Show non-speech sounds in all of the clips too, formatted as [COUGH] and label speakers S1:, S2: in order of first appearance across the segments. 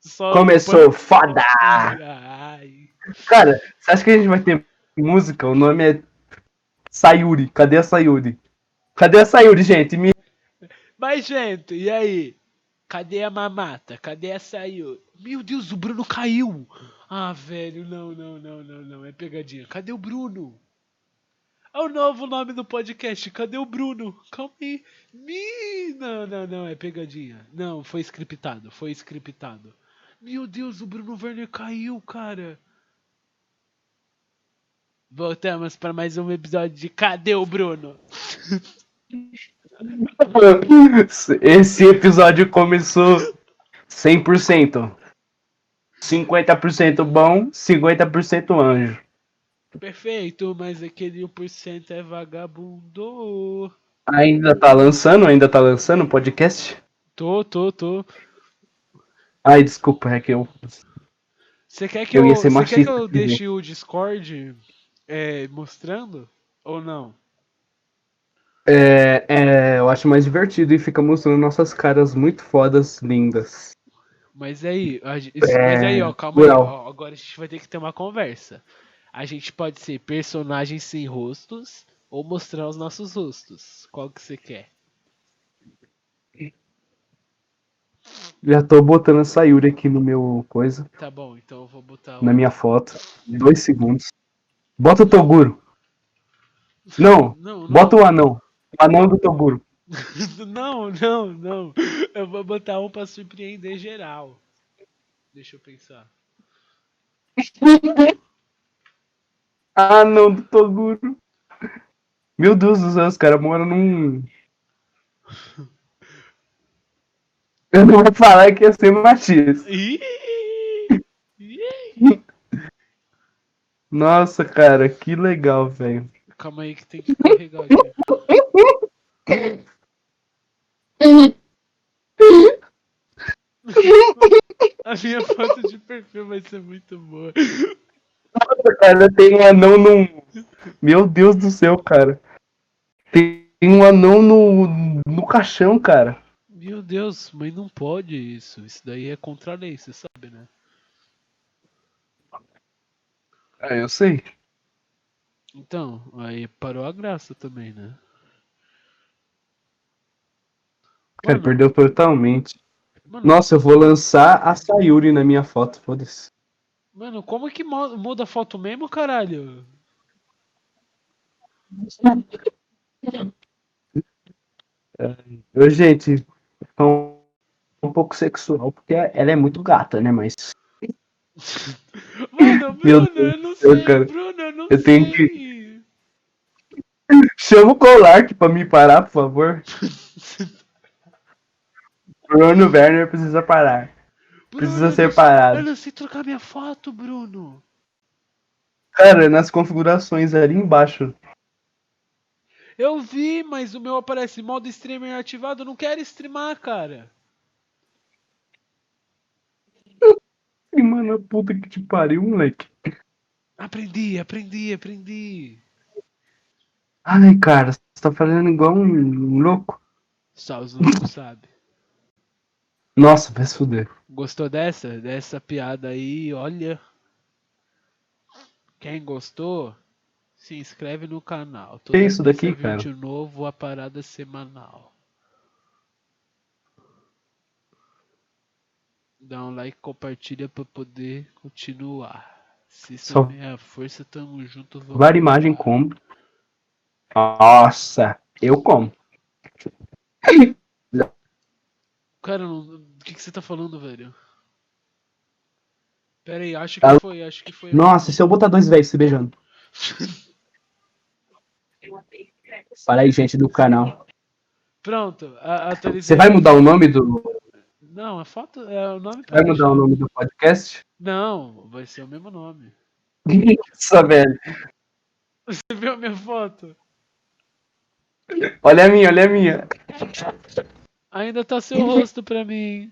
S1: Só
S2: Começou,
S1: depois-
S2: foda!
S1: Ai.
S2: Cara, você acha que a gente vai ter música? O nome é Sayuri. Cadê a Sayuri? Cadê a Sayuri, gente? Me... [LAUGHS]
S1: Mas, gente, e aí? Cadê a mamata? Cadê a saiu? Meu Deus, o Bruno caiu! Ah, velho, não, não, não, não, não. É pegadinha. Cadê o Bruno? É o novo nome do podcast. Cadê o Bruno? Calma aí. Mi... Não, não, não. É pegadinha. Não, foi scriptado. Foi scriptado. Meu Deus, o Bruno Werner caiu, cara. Voltamos para mais um episódio de Cadê o Bruno?
S2: Esse episódio começou 100%. 50% bom, 50% anjo.
S1: Perfeito, mas aquele 1% é vagabundo.
S2: Ainda tá lançando? Ainda tá lançando o podcast?
S1: Tô, tô, tô.
S2: Ai, desculpa, é que eu.
S1: Você quer que eu,
S2: Eu ia
S1: você
S2: ser
S1: quer que
S2: machista, né?
S1: eu
S2: quer dizer.
S1: deixe o Discord é, mostrando ou não?
S2: É, é, eu acho mais divertido e fica mostrando nossas caras muito fodas, lindas.
S1: Mas aí, a gen-
S2: É,
S1: mas aí, ó, calma aí,
S2: plural.
S1: ó, agora a gente vai ter que ter uma conversa. A gente pode ser personagens sem rostos ou mostrar os nossos rostos. Qual que você quer?
S2: Já tô botando a Sayuri aqui no meu coisa,
S1: Tá bom, então eu vou botar o
S2: na minha foto. Dois segundos. Bota o Toguro. Não,
S1: Não, não.
S2: bota o anão. O anão do Toguro.
S1: [LAUGHS] Não, não, não. Eu vou botar um pra surpreender geral. Deixa eu pensar.
S2: Ah, não, do Toguro. Meu Deus do céu, os caras moram num. Eu não vou falar que ia ser machista.
S1: Ih!
S2: Nossa, cara, que legal, velho.
S1: Calma aí que tem que carregar aqui. A minha foto de perfil vai ser muito boa.
S2: Nossa, cara, tem um anão num. Meu Deus do céu, cara. Tem um anão no, no caixão, cara.
S1: Meu Deus, mas não pode isso. Isso daí é contra a lei, você sabe, né?
S2: É, eu sei.
S1: Então, aí parou a graça também, né?
S2: Cara,
S1: Mano,
S2: perdeu totalmente.
S1: mano,
S2: Nossa, eu vou lançar a Sayuri na minha foto, foda-se.
S1: mano, como é que mo- muda a foto mesmo, caralho?
S2: Eu, gente, é um, um pouco sexual, porque ela é muito gata, né? Mas [LAUGHS]
S1: Mano,
S2: Meu
S1: Bruno, eu não
S2: Deus,
S1: sei,
S2: cara.
S1: Bruno, eu não
S2: Eu
S1: sei.
S2: tenho chama o Goulart pra me parar, por favor. [LAUGHS] Bruno Werner precisa parar. Precisa
S1: eu
S2: ser
S1: não-
S2: parado.
S1: Eu não sei trocar minha foto, Bruno.
S2: Cara, é nas configurações ali embaixo.
S1: Eu vi, mas o meu aparece modo streamer ativado. Eu não quero streamar, cara.
S2: E, mano, puta que te pariu, moleque.
S1: Aprendi, aprendi, aprendi.
S2: Ai, cara, você tá fazendo igual um, um louco.
S1: Só os loucos sabem.
S2: Nossa, vai se fuder.
S1: Gostou dessa? Dessa piada aí, olha. Quem gostou, se inscreve no canal. Toda
S2: isso daqui,
S1: terça,
S2: cara?
S1: um Vídeo novo, a parada é semanal. Dá um like, compartilha pra poder continuar. Se isso
S2: Só-
S1: é minha força, tamo junto. vamos
S2: Várias imagem
S1: lá.
S2: como. Nossa, eu como.
S1: Cara, não- o que, que você tá falando, velho? Pera aí, acho
S2: Alô?
S1: que foi, acho que foi.
S2: [LAUGHS] Nossa, e se eu botar dois velhos se beijando? Fala aí, gente do canal.
S1: Pronto, a,
S2: Você
S1: atualizei.
S2: vai mudar o nome do.
S1: Não, a foto é o nome pra
S2: Vai mudar o nome do podcast?
S1: Não, vai ser o mesmo nome. [LAUGHS]
S2: Nossa, velho.
S1: Você viu a minha foto?
S2: Olha a minha, olha a minha.
S1: Ainda tá seu rosto pra mim.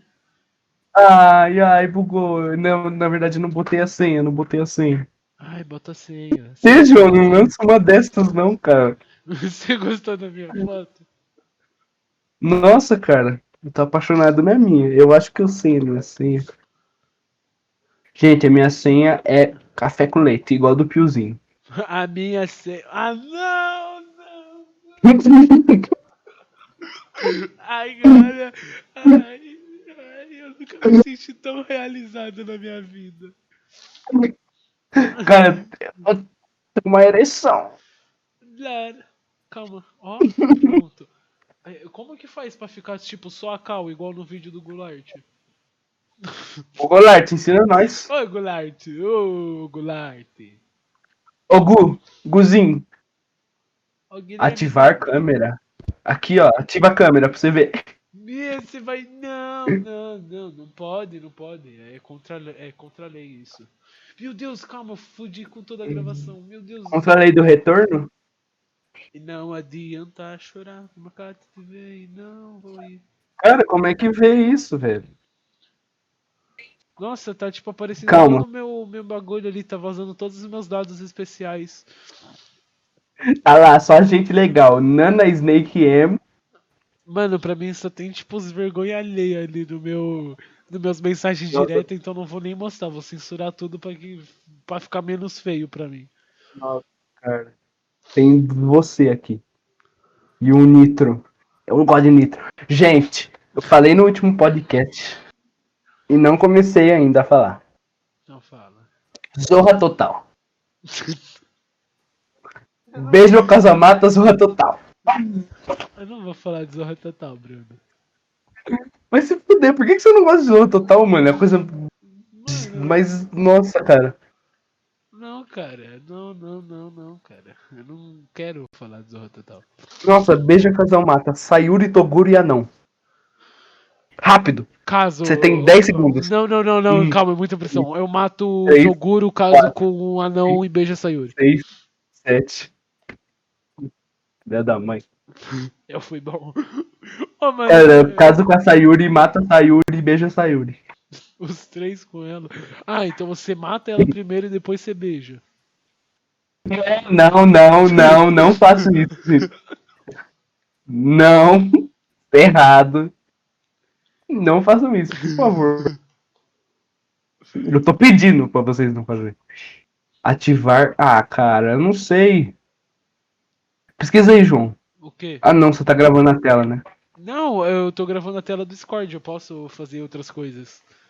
S2: Ai, ai, bugou. Não, na verdade, eu não botei a senha, não botei a senha.
S1: Ai, bota a senha. [LAUGHS]
S2: Você, João, não lança uma dessas, não, cara.
S1: Você gostou da minha foto?
S2: Nossa, cara. Eu tô apaixonado na minha. Eu acho que eu sei a minha senha. Gente, a minha senha é café com leite, igual a do Piozinho. [LAUGHS]
S1: A minha senha. Ah, não, não. Ai, cara. Ai, ai, eu nunca me senti tão realizado na minha vida.
S2: Cara, eu tenho uma ereção.
S1: Lara, calma. Ó, pronto. É, Como que faz pra ficar, tipo, só a cal, igual no vídeo do Goulart?
S2: Ô, Golart, ensina nós.
S1: Ô, Goulart! Ô, Goulart!
S2: Ô, Gu, Guzinho,
S1: Ô, Guilherme,
S2: ativar câmera. Aqui, ó, ativa a câmera pra você ver.
S1: Ih, você vai... Não, não, não, não pode, não pode. É contra, é contra a lei isso. Meu Deus, calma, eu fudi com toda a gravação. Meu Deus,
S2: Contra a lei do retorno?
S1: não adianta chorar, uma carta te vem, não vou ir.
S2: Cara, como é que vê isso, velho?
S1: Nossa, tá tipo aparecendo
S2: Calma.
S1: todo o meu, meu bagulho ali, tá vazando todos os meus dados especiais.
S2: Ah lá, só gente legal. Nana Snake M.
S1: Mano, pra mim só tem tipo os vergonha alheia ali no meu. Nos meus mensagens
S2: Nossa.
S1: diretas, então não vou nem mostrar, vou censurar tudo pra, que, pra ficar menos feio pra mim.
S2: Nossa, cara. Tem você aqui. E um Nitro. Eu não gosto de Nitro. Gente, eu falei no último podcast. E não comecei ainda a falar.
S1: Não fala.
S2: Zorra Total. Beijo Casamata, Zorra Total.
S1: Eu não vou falar de Zorra Total, Bruno.
S2: Mas se fuder, por que que você não gosta de Zorra Total, mano? É coisa.
S1: Mano,
S2: Mas, nossa, cara.
S1: não, cara. Não, não, não, não, cara. Eu não quero falar de Zorra Total.
S2: Nossa, beija casal mata. Sayuri, Toguro e Anão. Rápido.
S1: Caso.
S2: Você tem 10 segundos. É
S1: Não, não, não, não.
S2: Hum.
S1: Calma, é muita pressão. Eu mato o
S2: Três,
S1: Toguro, caso
S2: quatro,
S1: com um anão e beija a Sayuri.
S2: 6, 7. Filha da mãe.
S1: Eu fui bom. [LAUGHS] Ô, mano,
S2: Cara, É, caso com a Sayuri, mata a Sayuri e beija a Sayuri.
S1: os três com ela. Ah, então você mata ela primeiro e depois você beija.
S2: Não, não, não, não faço isso. Ciro. Não. Errado. Não façam isso, por favor. Eu tô pedindo pra vocês não fazerem. Ativar. Ah, cara, eu não sei. Pesquisa aí, João.
S1: O quê?
S2: Ah não, você tá gravando a tela, né?
S1: Não, eu tô gravando a tela do Discord, eu posso fazer outras coisas. [LAUGHS]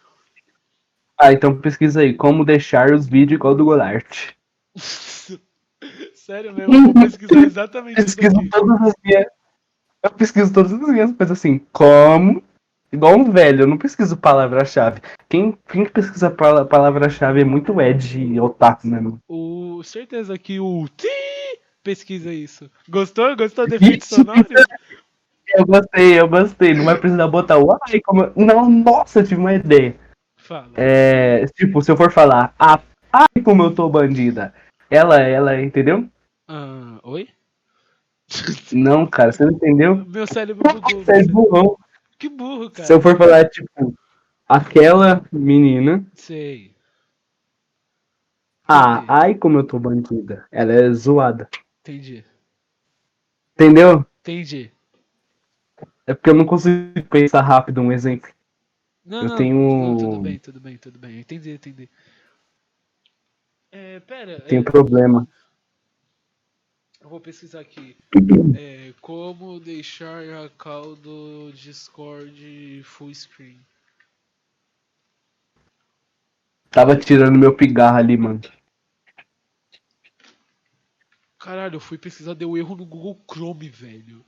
S2: Ah, então pesquisa aí, como deixar os vídeos igual do Golart.
S1: Sério mesmo,
S2: [LAUGHS]
S1: eu vou pesquisar exatamente isso
S2: Pesquiso
S1: aqui.
S2: todos os dias. Eu pesquiso todos os dias, mas assim, como. Igual um velho, eu não pesquiso palavra-chave. Quem, quem pesquisa pala- palavra-chave é muito Ed e Otaku, né? mano?
S1: O, certeza que o Ti pesquisa isso. Gostou? Gostou do efeito sonoro?
S2: Eu gostei, eu gostei. Não vai precisar botar o ai, como. eu-" Não, nossa, eu tive uma ideia.
S1: Fala.
S2: É. Tipo, se eu for falar, "Ah, ai, como eu tô bandida. Ela, ela, entendeu?
S1: Ah, oi?
S2: Não, cara, você não entendeu?
S1: Meu cérebro bugou.
S2: Você é burrão.
S1: Que burro,
S2: Se
S1: cara.
S2: eu for falar, tipo, aquela menina.
S1: Sei.
S2: Ah, ai como eu tô bandida. Ela é zoada.
S1: Entendi.
S2: Entendeu?
S1: Entendi.
S2: É porque eu não consigo pensar rápido um exemplo.
S1: Não,
S2: Eu
S1: não,
S2: tenho-
S1: não, Tudo bem, tudo bem, tudo bem. Entendi, entendi. É, pera.
S2: Tem um
S1: é,
S2: problema.
S1: Eu vou pesquisar aqui. É, como deixar a call do Discord full screen.
S2: Tava tirando meu pigarro ali, mano.
S1: Caralho, eu fui pesquisar, deu erro no Google Chrome, velho.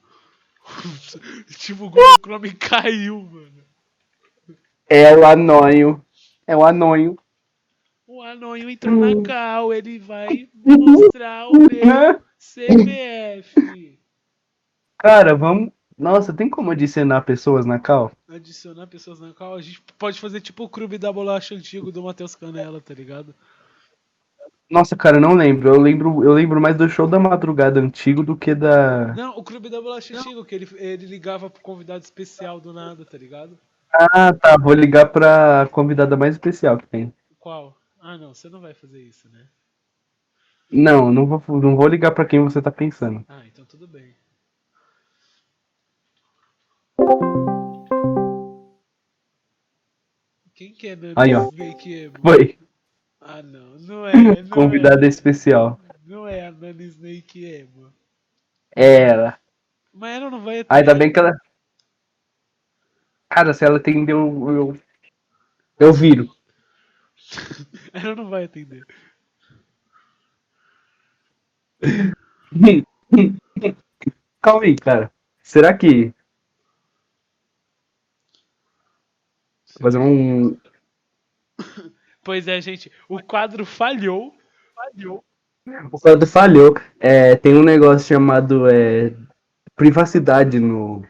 S1: [LAUGHS] tipo, o Google Chrome caiu, mano.
S2: É o anônio. É o anônio.
S1: O anônimo entrou na cal, ele vai mostrar o meu
S2: Hã?
S1: CPF.
S2: [LAUGHS] Cara, vamos. Nossa, tem como adicionar pessoas na cal?
S1: Adicionar pessoas na cal, a gente pode fazer tipo o clube da bolacha antigo do Matheus Canela, tá ligado?
S2: Nossa, cara, eu não lembro. Eu lembro, eu lembro mais do show da madrugada antigo do que da.
S1: Não, o clube da bolacha antigo, que ele, ele ligava pro convidado especial do nada, tá ligado?
S2: Ah, tá. Vou ligar pra convidada mais especial que tem.
S1: Qual? Ah não, você não vai fazer isso, né?
S2: Não, não vou, não vou ligar pra quem você tá pensando.
S1: Ah, então tudo bem. Quem que é meu
S2: Aí, ó.
S1: é Snake Emo?
S2: Foi.
S1: Ah, não. Não
S2: [LAUGHS]
S1: é. Não
S2: Convidado especial.
S1: É, não é a Nana Snake Emo.
S2: Era.
S1: Mas ela não vai até.
S2: Ainda bem que ela. Cara, se ela atender, eu. Eu, eu viro. [LAUGHS]
S1: [LAUGHS] Ela não vai atender.
S2: Calma aí, cara. Será que. Vou fazer um.
S1: Pois é, gente. O quadro falhou. Falhou.
S2: O quadro falhou. É, tem um negócio chamado é, privacidade no.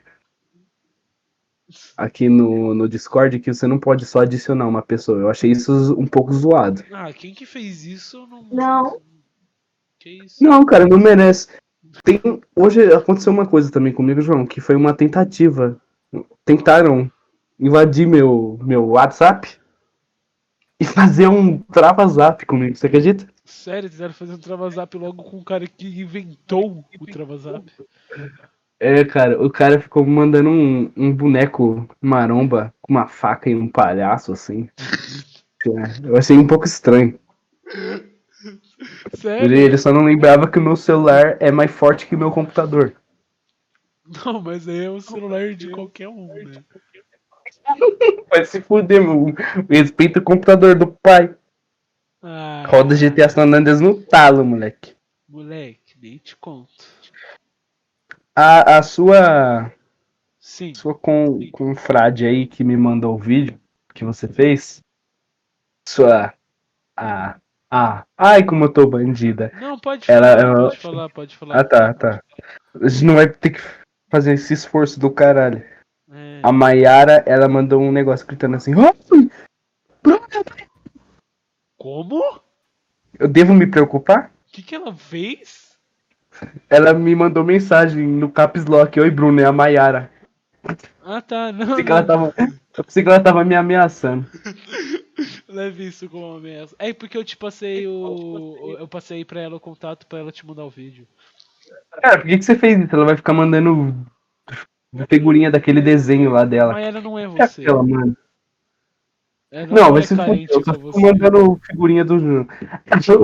S2: Aqui no, no Discord que você não pode só adicionar uma pessoa. Eu achei isso um pouco zoado.
S1: Ah, quem que fez isso? Eu Não.
S3: Não.
S1: Que isso?
S2: Não, cara, não merece. Tem, hoje aconteceu uma coisa também comigo, João, que foi uma tentativa. Tentaram invadir meu, meu WhatsApp e [LAUGHS] fazer um trava-zap comigo, você acredita?
S1: Sério, tentaram fazer um travazap logo com o cara que inventou o travazap.
S2: É, cara, o cara ficou mandando um, um boneco maromba com uma faca e um palhaço, [LAUGHS] assim. É, Eu achei um pouco estranho. Ele,
S1: Sério?
S2: ele só não lembrava que o meu celular é mais forte que o meu computador.
S1: Não, mas aí é o celular de qualquer um, né?
S2: Vai se fuder, meu. Respeita o computador do pai.
S1: Ah,
S2: Roda GTA San Andreas no talo, moleque.
S1: moleque, nem te conto.
S2: A, a sua
S1: Sim.
S2: Sua com, confrade aí que me mandou o vídeo que você fez. Sua. A. A. Ai, como eu tô bandida.
S1: Não, pode falar,
S2: Ela- ela-
S1: pode falar, pode falar.
S2: Ah, tá, tá. A gente não vai ter que fazer esse esforço do caralho.
S1: É,
S2: A Mayara, ela mandou um negócio gritando assim: "Ai,
S1: Como? O
S2: Eu devo me preocupar?
S1: que, que ela fez?
S2: Ela me mandou mensagem no caps lock: Oi, Bruno, é a Mayara.
S1: Ah, tá, [LAUGHS] não.
S2: Pensei que ela
S1: não.
S2: tava, eu pensei que ela tava me ameaçando.
S1: Leve isso como uma ameaça. É porque eu te passei o. Eu passei pra ela o contato pra ela te mandar o vídeo.
S2: Cara, por que, que você fez isso? Ela vai ficar mandando figurinha daquele desenho lá dela.
S1: Mas ela não é
S2: Que é
S1: você.
S2: aquela, mano?
S1: Ela
S2: Não,
S1: é
S2: vai se fuder.
S1: carente
S2: Eu
S1: igual
S2: tô
S1: você.
S2: mandando figurinha do Júnior.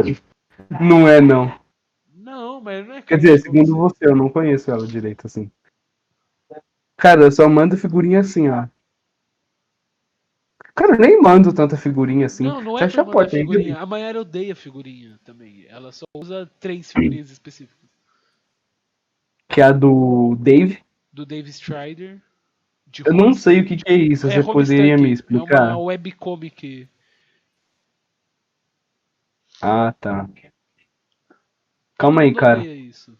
S2: [LAUGHS] Não é, não.
S1: Não, mas ela não é
S2: Quer dizer,
S1: carente igual
S2: segundo você, eu não conheço ela direito assim. Cara, eu só mando figurinha assim, ó. Cara, eu nem mando tanta figurinha assim.
S1: Não, não é
S2: Fecha
S1: pra
S2: a
S1: mandar
S2: porta aí,
S1: figurinha.
S2: Guilherme.
S1: A Mayara odeia figurinha também. Ela só usa três
S2: [CLEARS THROAT]
S1: figurinhas específicas.
S2: Que é a do Dave.
S1: Do Dave Strider. De
S2: Eu não sei o que, que é isso.
S1: É
S2: Você poderia
S1: Homestuck,
S2: me
S1: É
S2: explicar?
S1: uma webcomic.
S2: Ah, tá. Calma aí,
S1: Ela
S2: cara.
S1: odeia isso.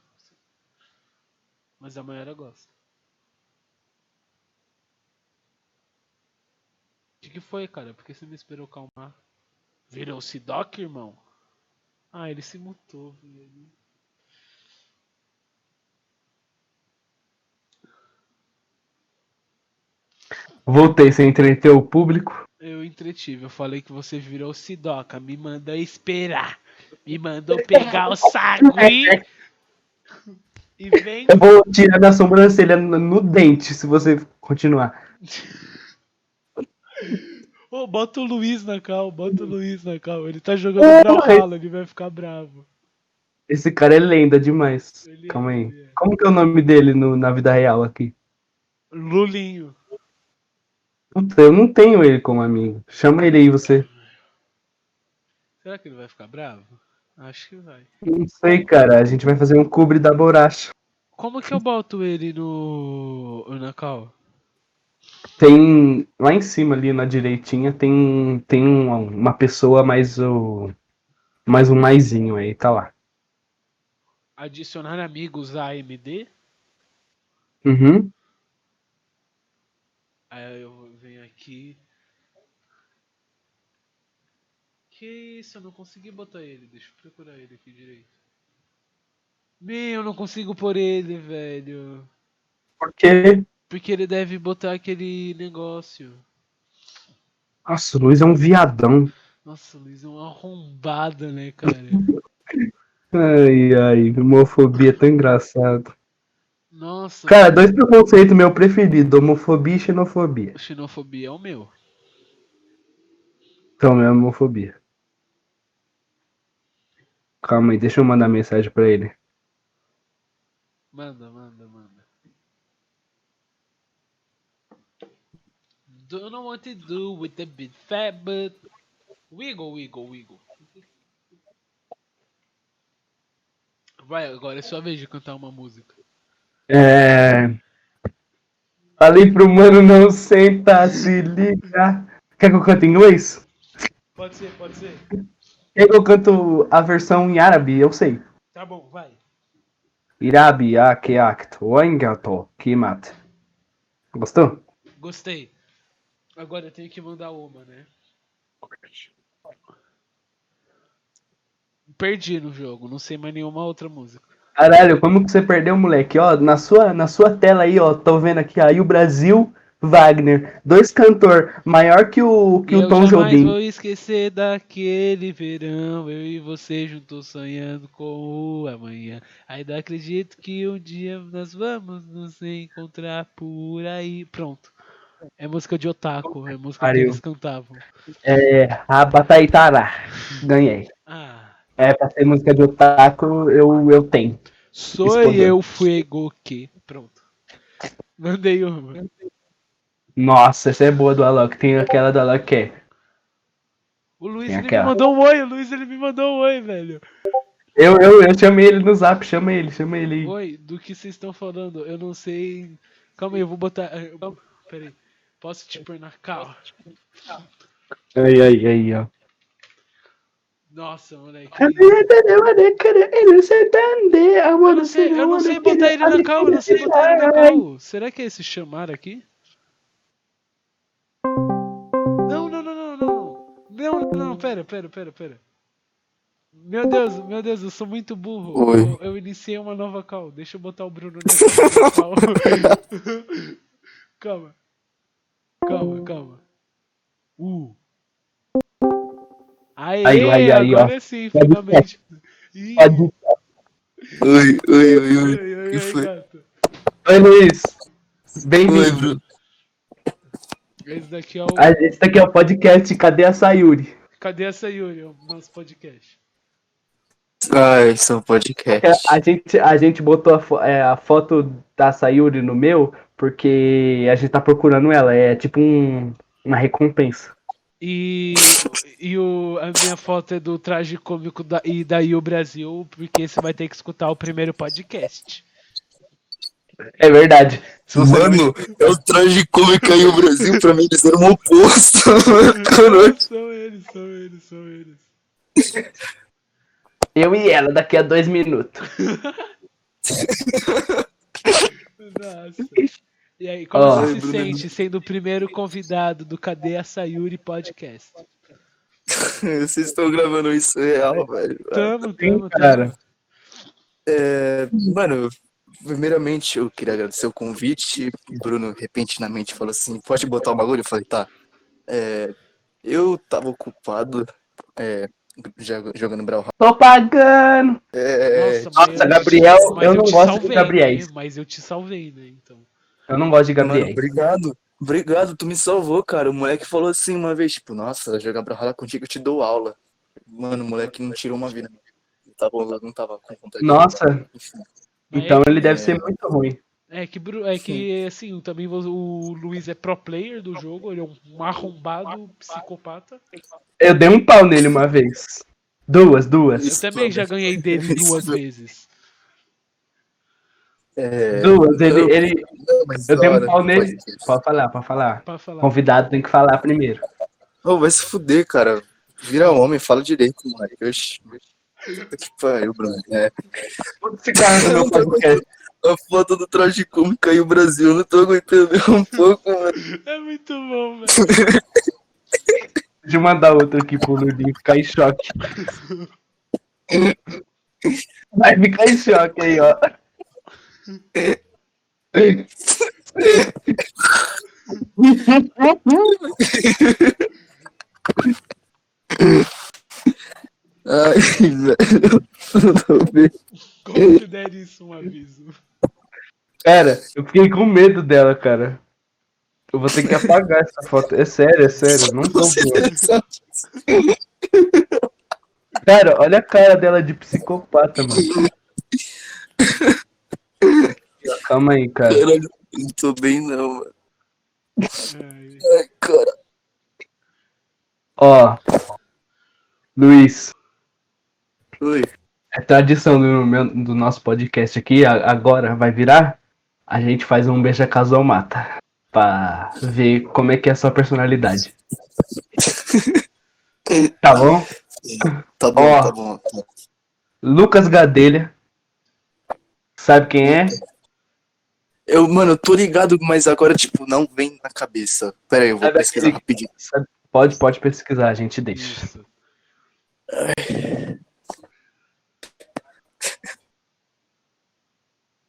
S1: Mas a Mayara gosta. O que, que foi, cara? Por que você me esperou calmar? Virou-se Doc, irmão? Ah, ele se mutou, velho.
S2: Voltei sem entreter o público.
S1: Eu entretive, eu falei que você virou Sidoca, me mandou esperar. Me mandou pegar o sagui e vem.
S2: É, Eu vou tirar da sobrancelha no, no dente se você continuar.
S1: Ô, bota o Luiz na cal, bota o Luiz na cal. Ele tá jogando Brawlhalla, ele vai ficar bravo.
S2: Esse cara é lenda demais.
S1: Ele-
S2: Calma aí.
S1: ele é.
S2: Como que é o nome dele no- na vida real aqui?
S1: Lulinho.
S2: Puta, eu não tenho ele como amigo. Chama ele aí, você.
S1: Será que ele vai ficar bravo? Acho que vai.
S2: Não sei, cara. A gente vai fazer um cubre da borracha.
S1: Como que eu boto ele no. na cal?
S2: Tem. Lá em cima, ali na direitinha, tem, tem uma, uma pessoa mais o. Mais um maisinho aí, tá lá.
S1: Adicionar amigos a AMD?
S2: Uhum.
S1: Aí eu venho aqui. Que isso, eu não consegui botar ele. Deixa eu procurar ele aqui direito. Meu, eu não consigo pôr ele, velho.
S2: Porque.
S1: Porque ele deve botar aquele negócio.
S2: Nossa, o Luiz é um viadão.
S1: Nossa, Luiz, é uma arrombada, né, cara?
S2: Ai, ai, homofobia é tão engraçado.
S1: Nossa,
S2: Cara, dois preconceitos meu preferido, homofobia e xenofobia.
S1: xenofobia é o meu.
S2: Então, é homofobia. Calma aí, deixa eu mandar mensagem pra ele.
S1: Manda, manda, manda. Don't know what to do with the big fat butt. Wiggle, wiggle, wiggle. Vai, agora é sua vez de cantar uma música.
S2: É. Falei pro mano não senta, se liga. Quer que eu cante em inglês?
S1: Pode ser, pode ser.
S2: Quer que eu canto a versão em árabe? Eu sei.
S1: Tá bom, vai.
S2: Irabi ake akt, oengato, kimat. Gostou?
S1: Gostei. Agora eu tenho que mandar uma, né? Perdi no jogo, não sei mais nenhuma outra música.
S2: Caralho, como que você perdeu, moleque? Ó, na sua, na sua tela aí, ó, tô vendo aqui, aí o Brasil, Wagner, dois cantor, maior que o, que
S1: eu
S2: o Tom
S1: jamais
S2: Jobim.
S1: vou esquecer daquele verão. Eu e você juntos sonhando com o amanhã. Ainda acredito que um dia nós vamos nos encontrar por aí. Pronto. É música de otaku, é música que
S2: pariu.
S1: eles cantavam.
S2: É, Rabataitara, ganhei.
S1: Ah.
S2: É, pra ser música de otaku, eu, eu tenho.
S1: Sou
S2: Respondeu.
S1: eu fuego que. Pronto. Mandei uma.
S2: Nossa, essa é boa do Alok, tem aquela do Alok que é...
S1: O Luiz
S2: Tem
S1: ele me
S2: aquela.
S1: mandou um oi, o Luiz ele me mandou um oi, velho.
S2: Eu, eu, eu chamei ele no zap, chama ele, chama ele. aí.
S1: Oi, do que vocês estão falando? Eu não sei. Calma aí, eu vou botar. eh, eu- Peraí. Posso te pôr na calma?
S2: Aí, aí, aí, ó.
S1: Nossa, moleque. Eu
S2: Eu
S1: não sei, eu não sei botar ele na calma, eu não sei botar ele na calma. Será que é esse chamar aqui? Não, não, não, não, não. Não, não, não, pera, pera, pera, pera. Meu Deus, meu Deus, eu sou muito burro.
S3: Oi.
S1: Eu, eu iniciei uma nova call. Deixa eu botar o Bruno nessa call. [LAUGHS] calma. Calma, calma. Uh. Aê,
S2: Aí, aí, aí, ó. Tá
S1: agora sim, finalmente. Ih.
S3: Oi, oi, oi,
S1: Oi,
S3: oi.
S1: oi,
S3: Que
S1: oi,
S2: é
S3: foi?
S1: gato.
S2: Oi, Luiz.
S3: Oi,
S2: Bem-vindo.
S3: Bruno.
S1: Esse daqui é o.
S2: Ah, Esse daqui é o podcast Cadê a Sayuri?
S1: Cadê essa Yuri? O nosso podcast.
S3: Ai, são
S2: É,
S3: um podcast.
S2: A gente, a gente botou a, fo- é, a foto da Sayuri no meu porque a gente tá procurando ela. É tipo um- uma recompensa.
S1: E, e o, a minha foto é do traje cômico da, e da Yu Brasil, porque você vai ter que escutar o primeiro podcast.
S2: É verdade. Se você não-
S3: Mano, é o traje cômico aí o Brasil, pra mim eles eram o oposto. [LAUGHS] Caralho.
S1: são eles, são eles, são eles.
S2: Eu e ela daqui a dois minutos.
S1: Nossa. E aí, como
S2: Ó.
S1: você
S3: Ai,
S1: se
S3: Bruno, é
S1: sente sendo o primeiro convidado do Cadê a Sayuri Podcast?
S3: Vocês estão gravando isso real, velho.
S1: Tamo, tamo,
S2: cara.
S1: tamo.
S3: É, mano, primeiramente eu queria agradecer o convite. O Bruno repentinamente falou assim: pode botar o bagulho? Eu falei, tá. É, eu tava ocupado é, joga- jogando Brawl.
S2: Tô pagando.
S3: É,
S2: nossa,
S1: mas eu te-
S2: Gabriel,
S1: mas
S2: eu não
S1: te
S2: gosto de
S1: salvei,
S2: Gabriel.
S1: né? Mas eu te salvei, né? Então.
S2: Eu não gosto de
S3: Mano,
S2: Gabriel.
S3: obrigado. Obrigado, tu me salvou, cara. O moleque falou assim uma vez, tipo, nossa, jogar Brawlhalla contigo, eu te dou aula. Mano, o moleque não tirou uma vida. Não tava, não tava com vontade. de
S2: Nossa.
S3: jogar. Enfim.
S1: Mas
S2: Então ele
S3: É.
S2: deve ser muito ruim.
S1: É que, Bru- é que assim, eu também vou- o Luiz é pro player do jogo, ele é um arrombado psicopata.
S2: Eu dei um pau nele uma vez. Duas, duas.
S1: Eu também já ganhei dele duas vezes.
S3: É,
S2: Duas.
S3: eu-
S2: Ele, ele.
S3: não, mas
S2: Eu
S3: da
S2: dei um
S3: hora,
S2: pau nele.
S3: podcast.
S2: Pode falar, pode falar.
S1: Pra falar.
S2: Convidado tem que falar primeiro.
S3: Ô, vai se fuder, cara. Vira homem, fala direito, moleque. Oxi. Puta Que pariu, Bruno. É, no podcast. a foto do traje cômico aí, o Brasil. eu Não tô aguentando nem um pouco, mano.
S1: É muito bom,
S2: [LAUGHS]
S1: velho.
S2: Deixa eu mandar outro aqui pro Ludinho ficar em choque. Vai ficar em choque aí, ó.
S3: Ai, velho. [LAUGHS] Não tô bem.
S1: Considere isso um aviso.
S2: Cara, eu fiquei com medo dela, cara. Eu vou ter que apagar essa foto. É sério, é sério. Não tô
S3: Você
S2: zoando.
S3: sabe disso.
S2: Cara, olha a cara dela de psicopata, mano. Calma aí, cara.
S3: Caralho, não tô bem não, mano.
S1: Ai,
S3: Ai, cara.
S2: Ó. Luiz,
S3: Oi.
S2: é tradição do, meu- do nosso podcast aqui, a- agora vai virar. A gente faz um beija casual mata. Pra ver como é que é a sua personalidade. Tá bom?
S3: Tá bom,
S2: Ó.
S3: tá bom. tá bom.
S2: Lucas Gadelha. Sabe quem é?
S3: Eu, mano, eu tô ligado, mas agora, tipo, não vem na cabeça. Pera aí, eu vou
S2: Sabe
S3: pesquisar
S2: aquele-
S3: rapidinho.
S2: Sabe- Pode, pode pesquisar, a gente deixa.
S1: isso.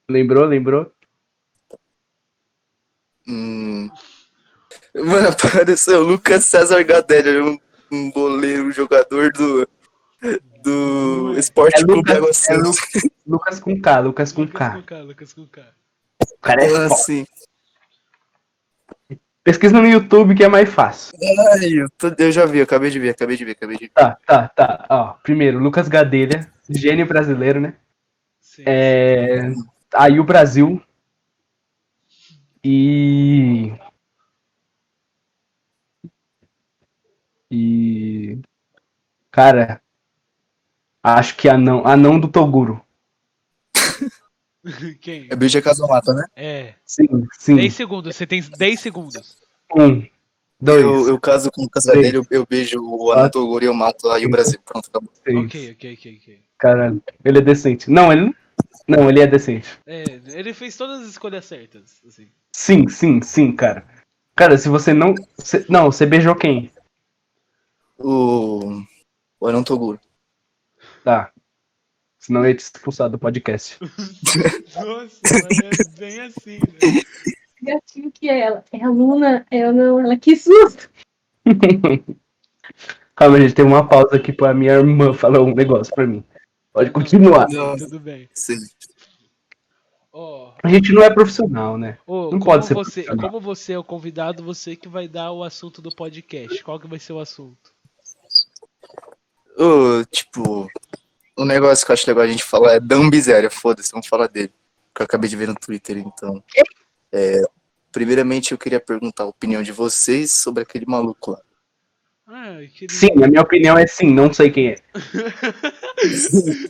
S2: Lembrou, lembrou?
S3: Hum. Mano, [LAUGHS] apareceu o Lucas César Gadelha, um, um goleiro, um jogador do. Do Esporte
S2: É
S3: Clube
S2: Lucas-
S3: Água
S2: é
S3: Santa.
S2: Lucas com K, Lucas com K.
S1: Lucas com K, Lucas com K.
S2: O cara é
S3: Ah,
S2: foda.
S3: [LAUGHS] sim.
S2: Pesquisa no YouTube que é mais fácil.
S3: Ai, É, eu, tô- eu já vi, eu acabei de ver, acabei de ver, acabei de ver.
S2: Tá, tá, tá. Ó, primeiro, Lucas Gadelha, gênio brasileiro, né?
S1: Sim.
S2: É... Aí o Brasil. E. E. Cara. Acho que anão. Anão do Toguro.
S1: [LAUGHS] Quem?
S3: É Bija Casamata, né?
S1: É.
S2: Sim, sim.
S1: 10 segundos, você tem 10 segundos.
S2: Um. Dois.
S3: Eu, eu caso com o Casadelho, eu, eu beijo o Anatogoro e eu mato aí o Brasil. Pronto, tá bom.
S2: três.
S1: Ok, ok, ok, ok.
S2: Caralho. Ele é decente. Não, ele. Não, ele é decente.
S1: É, ele fez todas as escolhas certas,
S2: [LAUGHS]
S1: assim.
S2: Sim, sim, sim, cara. Cara, se você não. cê- não, você beijou quem?
S3: O. O Anatogoro.
S2: Tá. Senão eu ia te expulsar do podcast.
S1: Nossa, mas é bem assim, né?
S4: gatinho que é ela. É aluna, eu não, ela [LAUGHS] que susto.
S2: Calma, gente, tem uma pausa aqui pra minha irmã falar um negócio pra mim. Pode continuar.
S1: Não, Tudo bem.
S3: Sim.
S1: Ó,
S2: A gente não é profissional, né?
S1: ô,
S2: Não
S1: como,
S2: pode ser
S1: você,
S2: profissional.
S1: como você é o convidado, você que vai dar o assunto do podcast. Qual que vai ser o assunto?
S3: Ô, tipo, um negócio que eu acho legal a gente falar é Dan Biséria, foda-se, vamos falar dele. Que eu acabei de ver no Twitter, então. É, primeiramente, eu queria perguntar a opinião de vocês sobre aquele maluco lá.
S1: Ah, aquele,
S2: Sim, a minha opinião é sim, não sei quem é.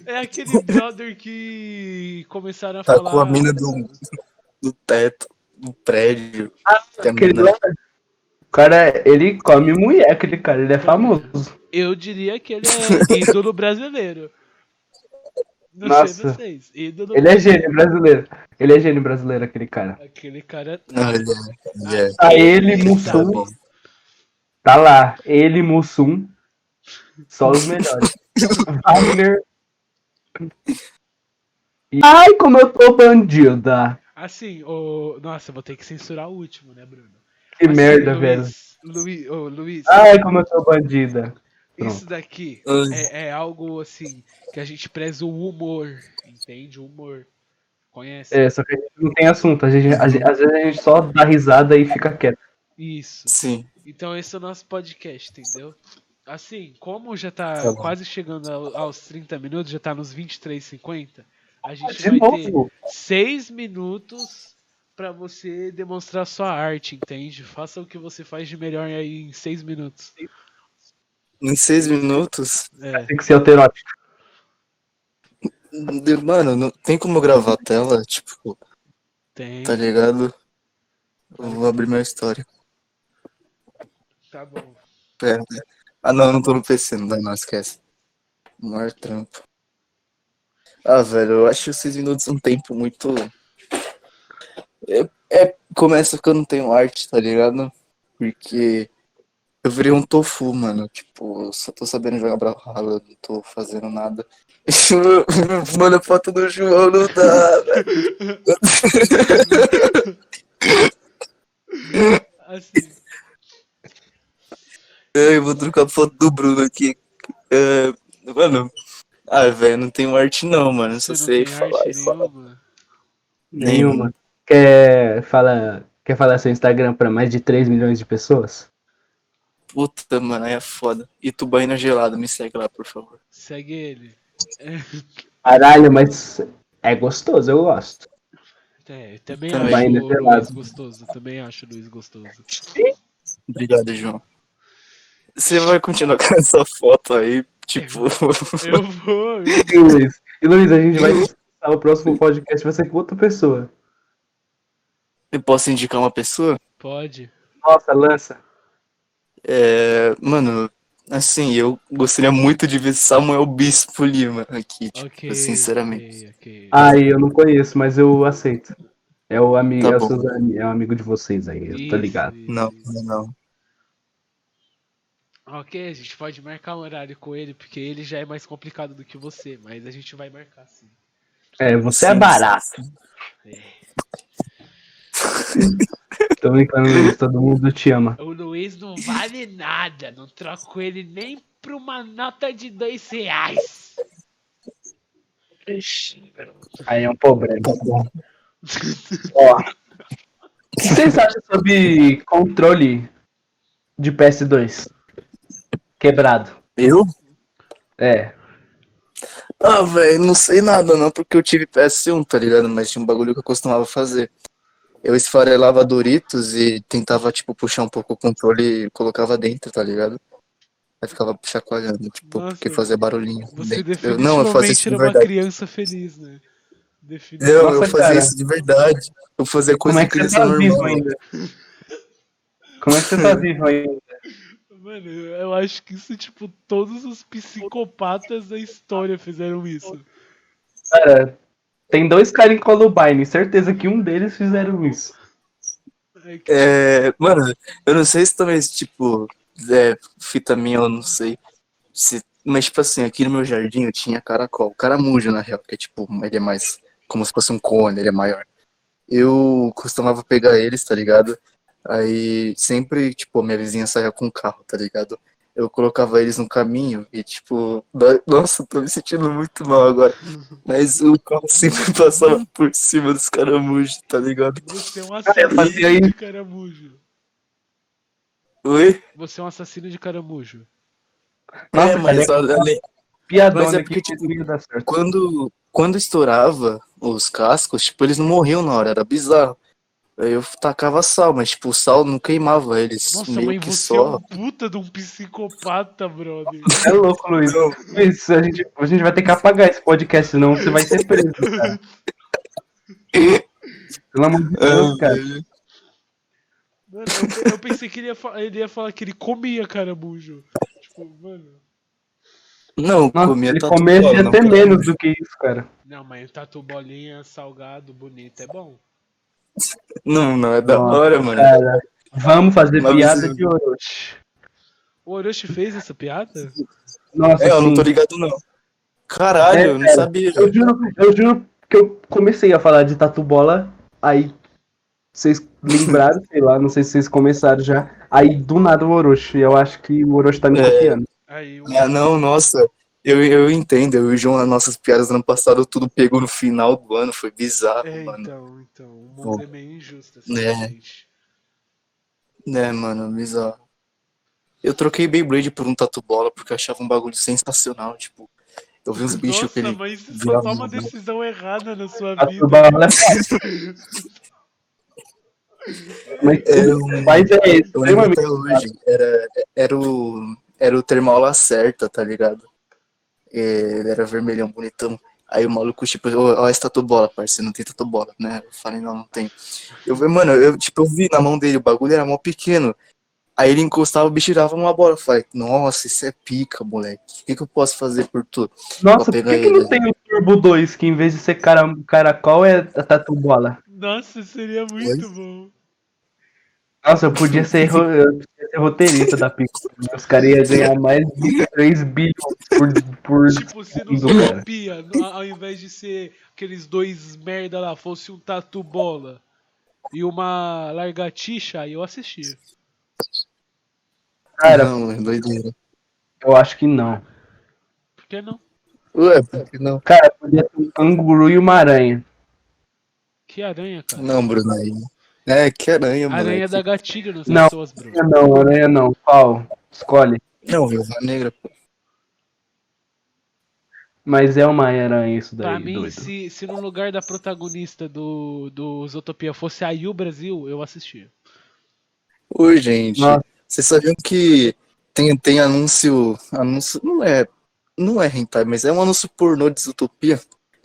S1: É
S2: [LAUGHS]
S1: aquele brother que começaram a
S3: Tá
S1: falar.
S3: com a mina do, do teto, do prédio. que a
S2: Ah, Aquele
S3: mina-
S2: lá- O cara, ele come mulher, aquele cara, ele é famoso.
S1: Eu diria que ele é ídolo brasileiro. Não sei
S2: Nossa.
S1: vocês. Ídolo
S2: Ele é gênio brasileiro. Ele é gênio brasileiro, aquele cara.
S1: Aquele cara.
S3: Não, ele é- ele é-
S2: Tá ele,
S1: Ele
S2: Mussum.
S1: sabe.
S2: Tá lá, ele, Mussum. Só os melhores. Wagner. E- Ai, como eu tô bandida.
S1: Assim, o. Nossa, eu vou ter que censurar o último, né, Bruno?
S2: Que
S1: Assim,
S2: merda,
S1: Luiz,
S2: velho. Ah,
S1: Luiz, ô, Luiz
S2: Ai, como eu tô bandida.
S1: isso daqui
S3: Ai.
S1: é, é algo assim que a gente preza o humor. Entende? O humor. Conhece?
S2: É, só que a gente não tem assunto. A gente, a gente- às vezes a gente só dá risada e fica quieto.
S1: Isso.
S3: Sim.
S1: Então esse é o nosso podcast, entendeu? Assim, como já tá
S3: Tá bom.
S1: quase chegando ao- aos 30 minutos, já tá nos 23,50, a gente
S2: De
S1: vai ter
S2: novo.
S1: 6 minutos pra você demonstrar sua arte, entende? Faça o que você faz de melhor aí em 6 minutos.
S3: Em seis minutos.
S1: É.
S2: Tem que ser alterótico.
S3: Mano, não tem como eu gravar a tela, tipo,
S1: Tem.
S3: tá ligado? Eu vou abrir meu história.
S1: Tá bom.
S3: Pera. Ah, não, eu não tô no PC, não dá, não, esquece. O maior trampo. Ah, velho, eu acho seis minutos um tempo muito. É, é- começa que eu não tenho arte, tá ligado? Porque eu virei um tofu, mano. Tipo, eu só tô sabendo jogar Brawlhalla, eu não tô fazendo nada. [LAUGHS] mano, a foto do João não dá, velho.
S1: Assim,
S3: É, Eu vou trocar a foto do Bruno aqui. É, mano. Ah, velho, não tenho arte não, mano. Só sei falar e falar.
S1: nenhuma.
S2: Nenhuma. Quer falar, quer falar seu Instagram pra mais de 3 milhões de pessoas?
S3: Puta, mano, aí é foda. E Tubaína Gelada, me segue lá, por favor.
S1: Segue ele.
S2: Caralho, mas é gostoso, eu gosto.
S3: [LAUGHS]
S1: É, eu também
S3: Também.
S1: acho o
S2: Gelado.
S1: Luiz gostoso. Também acho o Luiz gostoso.
S3: Obrigado, João. Você vai continuar [LAUGHS] com essa foto aí, tipo.
S1: [LAUGHS]
S3: [LAUGHS]
S1: Eu vou.
S2: E Luiz, e Luiz, a gente vai começar o próximo podcast, vai ser com outra pessoa.
S3: Eu posso indicar uma pessoa?
S1: Pode.
S2: Nossa, lança.
S3: É, mano, assim, eu gostaria muito de ver Samuel Bispo Lima aqui, tipo,
S1: Ok.
S3: sinceramente.
S1: ok, ok.
S2: Ai, eu não conheço, mas eu aceito. É o amigo,
S3: Tá
S2: é, o
S3: bom.
S2: seus ami- é o amigo de vocês aí, eu tô
S1: Isso,
S2: ligado.
S1: isso,
S3: Não,
S1: isso.
S3: não, não.
S1: Ok, a gente pode marcar um horário com ele, porque ele já é mais complicado do que você, mas a gente vai marcar sim.
S2: É, você
S3: Sim,
S2: é barato. Tô brincando, Luiz, todo mundo te ama.
S1: O Luiz
S3: [LAUGHS]
S1: não vale nada, não troco ele nem pra uma nota de dois reais.
S2: Aí é um problema. Ó. O que vocês acham sobre controle de PS2? Quebrado.
S3: Eu?
S2: É.
S3: Ah, velho, não sei nada não, porque eu tive PS1, tá ligado? Mas tinha um bagulho que eu costumava fazer. Eu esfarelava Doritos e tentava, tipo, puxar um pouco o controle e colocava dentro, tá ligado? Aí ficava chacoalhando, tipo,
S1: Nossa,
S3: porque fazia barulhinho.
S1: Você
S3: dentro. Eu- não, eu fazia
S1: definitivamente
S3: isso
S1: era
S3: de
S1: uma
S3: verdade.
S1: criança feliz, né? Definitivamente.
S3: Não,
S2: Nossa,
S3: eu fazia
S2: cara.
S3: isso de verdade. Eu fazia
S2: Como
S3: coisa
S2: é
S3: de
S2: que você
S3: criança
S2: tá vivo
S3: normal.
S2: ainda? Como é que você tá vivo ainda?
S1: Mano, eu acho que isso, tipo, todos os psicopatas da história fizeram isso.
S2: Cara, tem dois caras em Columbine, certeza que um deles fizeram isso.
S1: É que-
S3: É, mano, eu não sei se também, tipo, é, fita minha, eu não sei. Se, mas, tipo assim, aqui no meu jardim eu tinha caracol, caramujo, na real, que é tipo, ele é mais como se fosse um cone, ele é maior. Eu costumava pegar eles, tá ligado? Aí sempre, tipo, minha vizinha saía com o carro, tá ligado? Eu colocava eles no caminho e, tipo, no- nossa, tô me sentindo muito mal agora. Mas o carro [LAUGHS] sempre passava por cima dos caramujos, tá ligado?
S1: Você é um
S2: eu fazia
S1: assassino de
S2: isso.
S1: caramujo.
S3: Oi?
S1: Você é um assassino de caramujo.
S2: Nossa,
S3: é, mas
S2: cara,
S3: olha,
S2: piadona
S3: mas é
S2: que
S3: porque, tipo,
S2: não ia dar certo.
S3: quando, quando estourava os cascos, tipo, eles não morriam na hora, era bizarro. Aí eu tacava sal, mas tipo, o sal não queimava eles
S1: Nossa,
S3: meio
S1: mãe,
S3: que
S1: você é
S3: só.
S1: um puta de um psicopata, brother.
S2: É louco, Luiz. Luiz, a gente, a gente vai ter que apagar esse podcast, senão você vai ser preso, cara. Pelo amor de Deus, cara.
S1: Mano, eu, eu pensei que ele ia, fa- ele ia falar que ele comia caramujo. Tipo, mano.
S3: Não,
S2: Nossa,
S3: comia
S2: ele
S3: tatu
S2: comer
S3: bola,
S2: ia
S3: não
S2: até
S3: comia.
S2: menos do que isso, cara.
S1: Não, mas tatu bolinha, salgado, bonito, é bom.
S3: Não, não, é da
S2: Nossa,
S3: hora, mano.
S2: Cara, vamos fazer
S3: Mas
S2: piada
S3: você-
S2: de Orochi.
S1: O Orochi fez essa piada?
S2: Nossa,
S3: É, eu não
S2: sim.
S3: tô ligado, não. Caralho,
S2: É,
S3: eu não
S2: cara,
S3: sabia.
S2: Eu juro, eu juro que eu comecei a falar de tatu bola, aí vocês lembraram, sei lá, não sei se vocês começaram já. Aí do nada o Orochi, eu acho que o Orochi tá me
S3: É.
S2: copiando.
S1: Aí o.
S3: Ah, não, nossa. Eu, eu entendo, eu e o João, as nossas piadas do ano passado, tudo pegou no final do ano, foi bizarro,
S1: É,
S3: mano.
S1: então, então. O mundo é meio injusto, assim,
S3: É.
S1: gente.
S3: Né, mano, bizarro. Eu troquei Beyblade por um tatu bola porque eu achava um bagulho sensacional, tipo, eu vi uns bichos que
S1: Nossa,
S3: ele.
S1: mas você só
S3: virava
S1: toma
S3: um-
S1: decisão errada na sua
S2: Tatu
S1: vida.
S2: bola é fácil. Mas,
S3: É,
S2: mas é
S3: Eu lembro
S2: extremamente
S3: até hoje, era, era o. Era o termal Lacerta, tá ligado? É, Ele era vermelhão, bonitão. Aí o maluco, tipo, ó, ó esse tatu bola, parceiro, não tem tatu bola, né? Eu falei, não, não tem. Eu falei, mano, eu, tipo, eu vi na mão dele, o bagulho era mó pequeno. Aí ele encostava, o bicho tirava uma bola. Eu falei, nossa, isso é pica, moleque. O que, que eu posso fazer por tu?
S2: Nossa,
S3: Vou
S2: por
S3: pegar
S2: que, que
S3: ele.
S2: não tem o Turbo 2, que em vez de ser cara, caracol é tatu bola?
S1: Nossa, seria muito bom.
S2: Nossa, eu podia ser, ro- eu podia ser roteirista da Pixar. Os caras iam ganhar mais de 3 bilhões por, por.
S1: Tipo, se não
S2: Isso,
S1: copia, no- ao invés de ser aqueles dois merda lá, fosse um tatu bola e uma largatixa, aí eu assistia.
S2: Cara,
S3: Não, é doideira.
S2: eu acho que não.
S1: Por que não?
S3: Ué, por que não?
S2: Cara, podia ser um canguru e uma aranha.
S1: Que aranha, cara.
S3: Não, Bruno, aí. É, que aranha, mano.
S1: Aranha dá gatilho nas
S2: Não.
S1: pessoas, Bruno.
S2: Aranha não, aranha não. Pau. Escolhe.
S3: Não, Viúva Negra, pô.
S2: Mas é uma aranha isso daí,
S1: Pra mim,
S2: doido.
S1: se, se no lugar da protagonista do, do Zootopia fosse a Yu Brasil, eu assistia.
S3: Ô, gente,
S2: Nossa.
S3: vocês sabiam que tem, tem anúncio, anúncio, não é, não é hentai, mas é um anúncio pornô de Zootopia.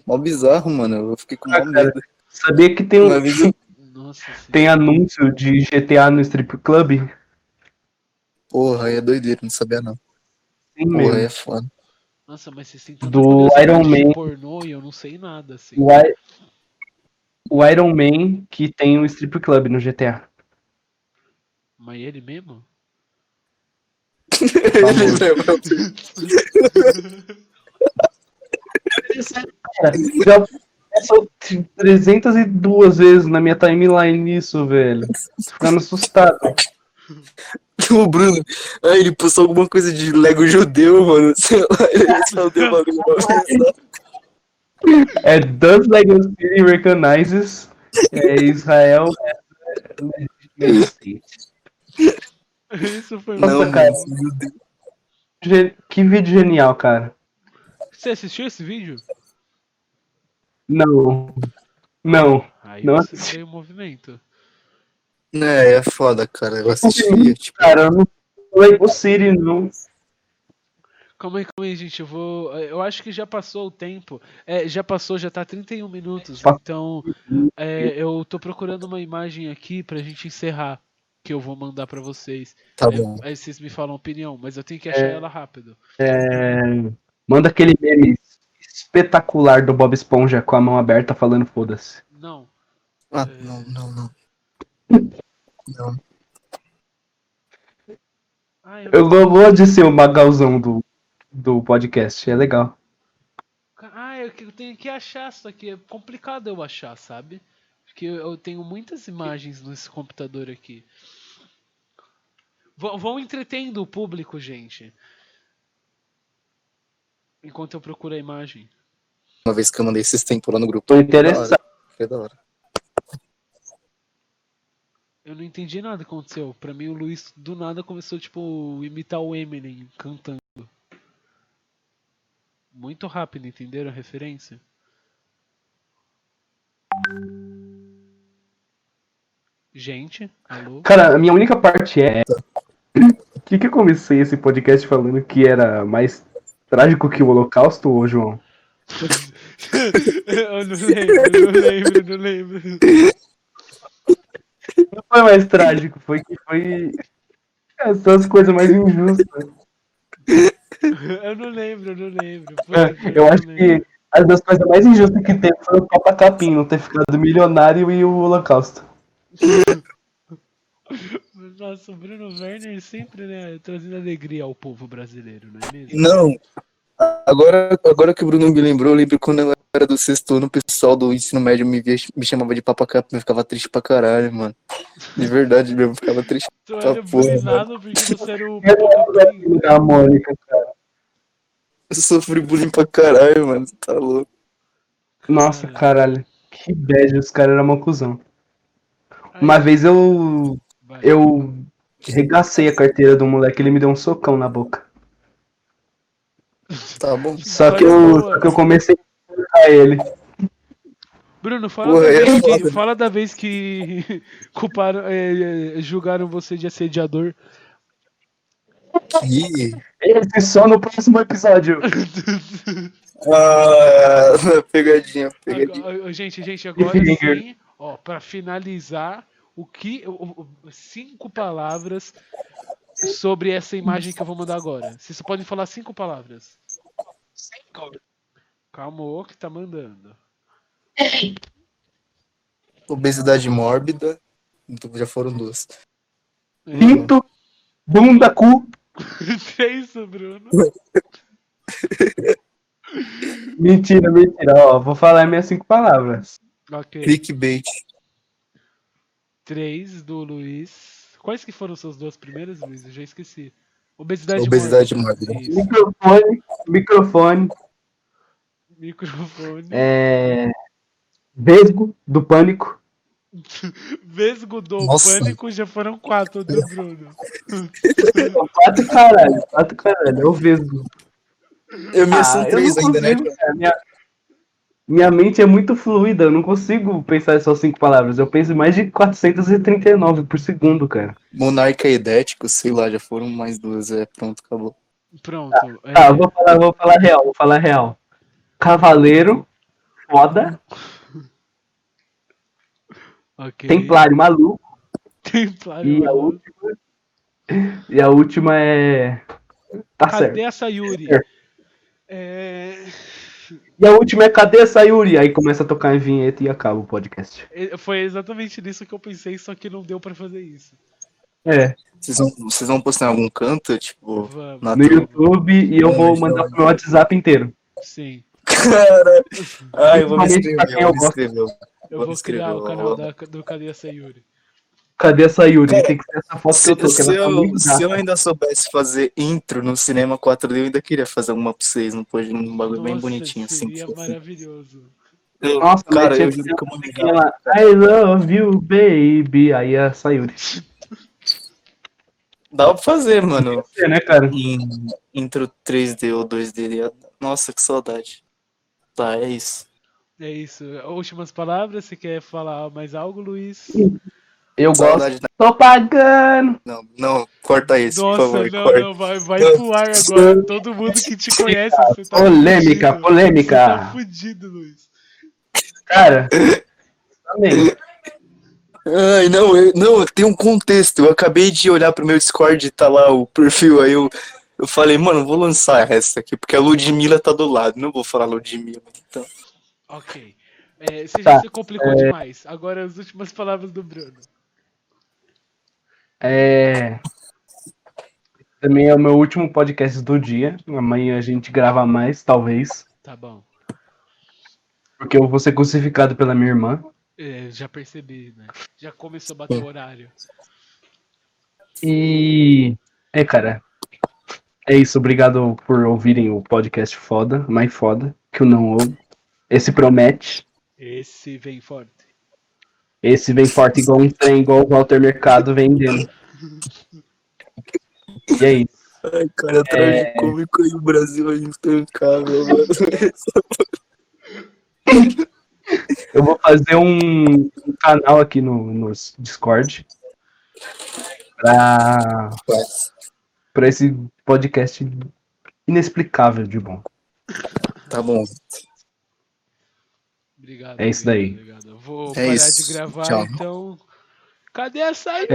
S3: Mó bizarro, mano, eu fiquei com
S2: Ah,
S3: mó
S2: cara,
S3: medo.
S2: Sabia que tem,
S3: Uma
S2: um,
S3: vez
S1: Nossa senhora.
S2: tem anúncio de GTA no strip club?
S3: Porra, aí é doideira, não sabia não.
S2: Sim,
S3: Porra, aí
S2: mesmo.
S3: é foda.
S1: Nossa, mas vocês têm
S2: Do
S1: curiosidade
S2: Iron
S1: de
S2: Man.
S1: pornô e eu não sei nada, assim.
S2: O, I- o Iron Man que tem um strip club no GTA.
S1: Mas ele mesmo?
S3: [LAUGHS] Ele lembra-
S2: Já passou 302 vezes na minha timeline isso, velho. Tô Ficando assustado.
S3: O Bruno, aí ele postou alguma coisa de Lego judeu, mano, [LAUGHS] sei lá, ele respondeu o bagulho uma vez lá.
S2: É Does Lego City Recognizes é, Israel as a-
S1: [LAUGHS] Isso foi
S2: Nossa,
S3: Não,
S1: muito
S3: mano,
S2: cara.
S1: bom.
S3: meu Deus.
S2: Gen- Que vídeo genial, cara.
S1: um- Você assistiu esse vídeo?
S2: Não. Não.
S1: Aí
S2: Não
S1: você
S2: assisti.
S1: tem o movimento.
S3: É, é foda, cara, eu [LAUGHS] assisti, tipo,
S2: Cara, eu não Lego City, não.
S1: Calma aí, calma aí, gente. Eu vou. Eu acho que já passou o tempo. É, já passou, já tá 31 minutos.
S2: Pa-
S1: Então, é, eu tô procurando uma imagem aqui pra gente encerrar. Que eu vou mandar pra vocês.
S3: tá bom.
S1: Aí vocês me falam opinião, mas eu tenho que achar ela rápido.
S2: É, Manda aquele meme espetacular do Bob Esponja com a mão aberta falando foda-se.
S1: Não.
S3: Ah, não, não, não. Não.
S1: Ah, eu...
S2: Eu go- vou de ser o magalzão do, do podcast, é legal.
S1: Ah, eu que- eu tenho que achar isso aqui. É complicado eu achar, sabe? Porque eu- eu tenho muitas imagens nesse computador aqui. Vão, vão entretendo o público, gente. Enquanto eu procuro a imagem.
S3: Uma vez que eu mandei esses tempos lá no grupo.
S2: Tô interessado.
S3: Foi da hora.
S1: Eu não entendi nada que aconteceu. Pra mim, o Luiz do nada começou, tipo, a imitar o Eminem cantando. Muito rápido, entenderam a referência? Gente,
S2: [LAUGHS]
S1: alô?
S2: Cara, a minha única parte é. [CLEARS THROAT] O que, que eu comecei esse podcast falando que era mais trágico que o Holocausto, ô João?
S1: eu não lembro, eu não lembro, eu não lembro.
S2: Não foi mais trágico, foi que foi. É, São as coisas mais injustas.
S1: Eu não lembro, eu não lembro.
S2: É, Eu acho que as das coisas mais injustas que teve foi o Papa Capim não ter ficado milionário e o Holocausto.
S1: Nossa, o Bruno Werner sempre, né, trazendo alegria ao povo brasileiro, não é mesmo?
S3: Não. Agora, agora que o Bruno me lembrou, eu lembro quando eu era do sexto ano, o pessoal do ensino médio me, via, me chamava de papacapim, eu ficava triste pra caralho, mano. De verdade mesmo, eu ficava triste.
S1: Tu era
S3: Tá porra,
S1: bulinado porque você era o
S2: Eu não lembro
S1: Capim.
S2: daquele da Mônica, cara.
S3: Eu sofri bullying pra caralho, mano. Tá louco.
S2: Nossa, caralho. Que bad, os caras eram uma cuzão.
S1: Aí,
S2: Uma vez eu.
S1: vai.
S2: Eu regacei a carteira do moleque, ele me deu um socão na boca.
S3: Tá bom.
S2: Só que eu, só que eu comecei a ele.
S1: Bruno, fala,
S3: Porra,
S1: da
S3: é
S1: vez que,
S3: foda.
S1: fala da vez que [LAUGHS] culparam, é, é, julgaram você de assediador.
S3: Ih.
S2: Esse só no próximo episódio.
S3: Ah, [LAUGHS] pegadinha, pegadinha.
S1: Agora- gente, gente, agora sim, ó, pra finalizar, o que. o- o- cinco palavras sobre essa imagem que eu vou mandar agora. Vocês só podem falar cinco palavras. Calma, o que tá mandando. [LAUGHS]
S3: Obesidade mórbida. Então, Já foram duas.
S2: Pinto, bunda, cu,
S1: É isso,
S3: [LAUGHS]
S1: Bruno.
S2: Mentira, mentira. Ó, vou falar minhas cinco palavras.
S1: Ok.
S3: Clickbait.
S1: Três do Luiz. Quais que foram suas duas primeiras, Luiz? Eu já esqueci. Obesidade,
S3: Obesidade mórbida.
S1: mórbida. Isso.
S2: Microfone, microfone,
S1: Microfone.
S2: é... Vesgo, do pânico.
S1: Vesgo do
S3: Nossa.
S1: Pânico já foram quatro do Bruno.
S2: Quatro caralho, quatro caralho, é o Vesgo.
S3: Eu me
S2: Ah,
S3: são
S2: eu
S3: três
S2: não
S3: ainda, né?
S2: consigo, cara. Minha, minha mente é muito fluida, eu não consigo pensar em só cinco palavras. Eu penso em mais de 439 por segundo, cara.
S3: Monarca idético, sei lá, já foram mais duas, é, pronto, acabou.
S1: Pronto. é,
S2: Tá, eu vou falar, vou falar real, vou falar real. Cavaleiro, foda,
S1: ok. [LAUGHS]
S2: templário maluco,
S1: Templário.
S2: e a última. E a última é. Tá certo.
S1: Cadê essa Yuri?
S2: Certo.
S1: É,
S2: E a última é cadê essa Yuri? Aí começa a tocar em vinheta e acaba o podcast.
S1: e- é, Foi exatamente nisso que eu pensei, só que não deu pra fazer isso.
S2: É,
S3: Vocês vão, vocês vão postar em algum canto, tipo,
S1: Vamos.
S3: na
S2: no YouTube e eu vou mandar pro meu WhatsApp inteiro.
S1: Sim.
S3: Cara, ai, Ah, eu vou me
S2: Principalmente pra
S3: inscrever,
S2: quem
S3: eu
S2: eu
S3: vou me
S2: gosto.
S3: inscrever.
S1: Eu
S3: Vou
S1: vou
S3: escrever,
S1: criar o
S3: vou-
S1: canal da, do Cadê essa Yuri?
S2: Cadê essa Yuri? Tem que ser essa foto que
S3: Se,
S2: eu tô, que
S3: se
S2: ela tá
S3: eu,
S2: muito
S3: se eu ainda soubesse fazer intro no cinema 4D, eu ainda queria fazer uma pra vocês, um, pod- um bagulho bem
S1: Nossa,
S3: bonitinho, assim.
S1: Seria
S3: fofinho.
S1: maravilhoso.
S3: Eu-
S2: Nossa,
S3: cara,
S2: mas
S3: eu
S2: tinha
S3: juro que eu vou ligar.
S2: Ela, I love you, baby. Aí a Sayuri.
S3: Dá pra fazer, mano.
S2: É, né, cara?
S3: Em- intro 3D ou 2D. ia- Nossa, que saudade. Tá, é isso.
S1: É isso. Últimas palavras, você quer falar mais algo, Luiz?
S2: Eu gosto.
S3: Saudade,
S2: Tô pagando.
S3: não, não, corta isso,
S1: Nossa,
S3: por favor,
S1: não,
S3: corta.
S1: não, vai, vai pro ar agora. Todo mundo que te conhece, você tá
S2: Polêmica,
S1: fudido.
S2: polêmica.
S1: Você tá fudido, Luiz.
S2: Cara. Amém.
S3: Ai, não, eu, não, tem um contexto. Eu acabei de olhar pro meu Discord, tá lá o perfil, aí eu, eu falei, mano, vou lançar essa aqui, porque a Ludmilla tá do lado. Não vou falar Ludmilla, então.
S1: Ok. É, você
S2: Tá,
S1: já se complicou demais. Agora as últimas palavras do Bruno.
S2: É. Também é o meu último podcast do dia. Amanhã a gente grava mais, talvez.
S1: Tá bom.
S2: Porque eu vou ser crucificado pela minha irmã.
S1: É, já percebi, né? Já começou a bater o horário.
S2: E. É, cara. É isso. Obrigado por ouvirem o podcast foda, mais foda, que eu não ouvo. Esse promete.
S1: Esse vem forte.
S2: Esse vem forte igual um trem, igual o Walter Mercado vendendo. E é isso.
S3: Ai, cara, tragicômico aí, o Brasil é intancável, mano.
S2: Eu vou fazer um, um canal aqui no, no Discord pra, pra esse podcast inexplicável de bom.
S3: Tá bom.
S1: Obrigado.
S2: É isso
S1: obrigado,
S2: daí.
S1: obrigado. Eu Vou
S3: É
S1: parar
S3: isso.
S1: de gravar,
S3: Tchau.
S1: então. Cadê a saída?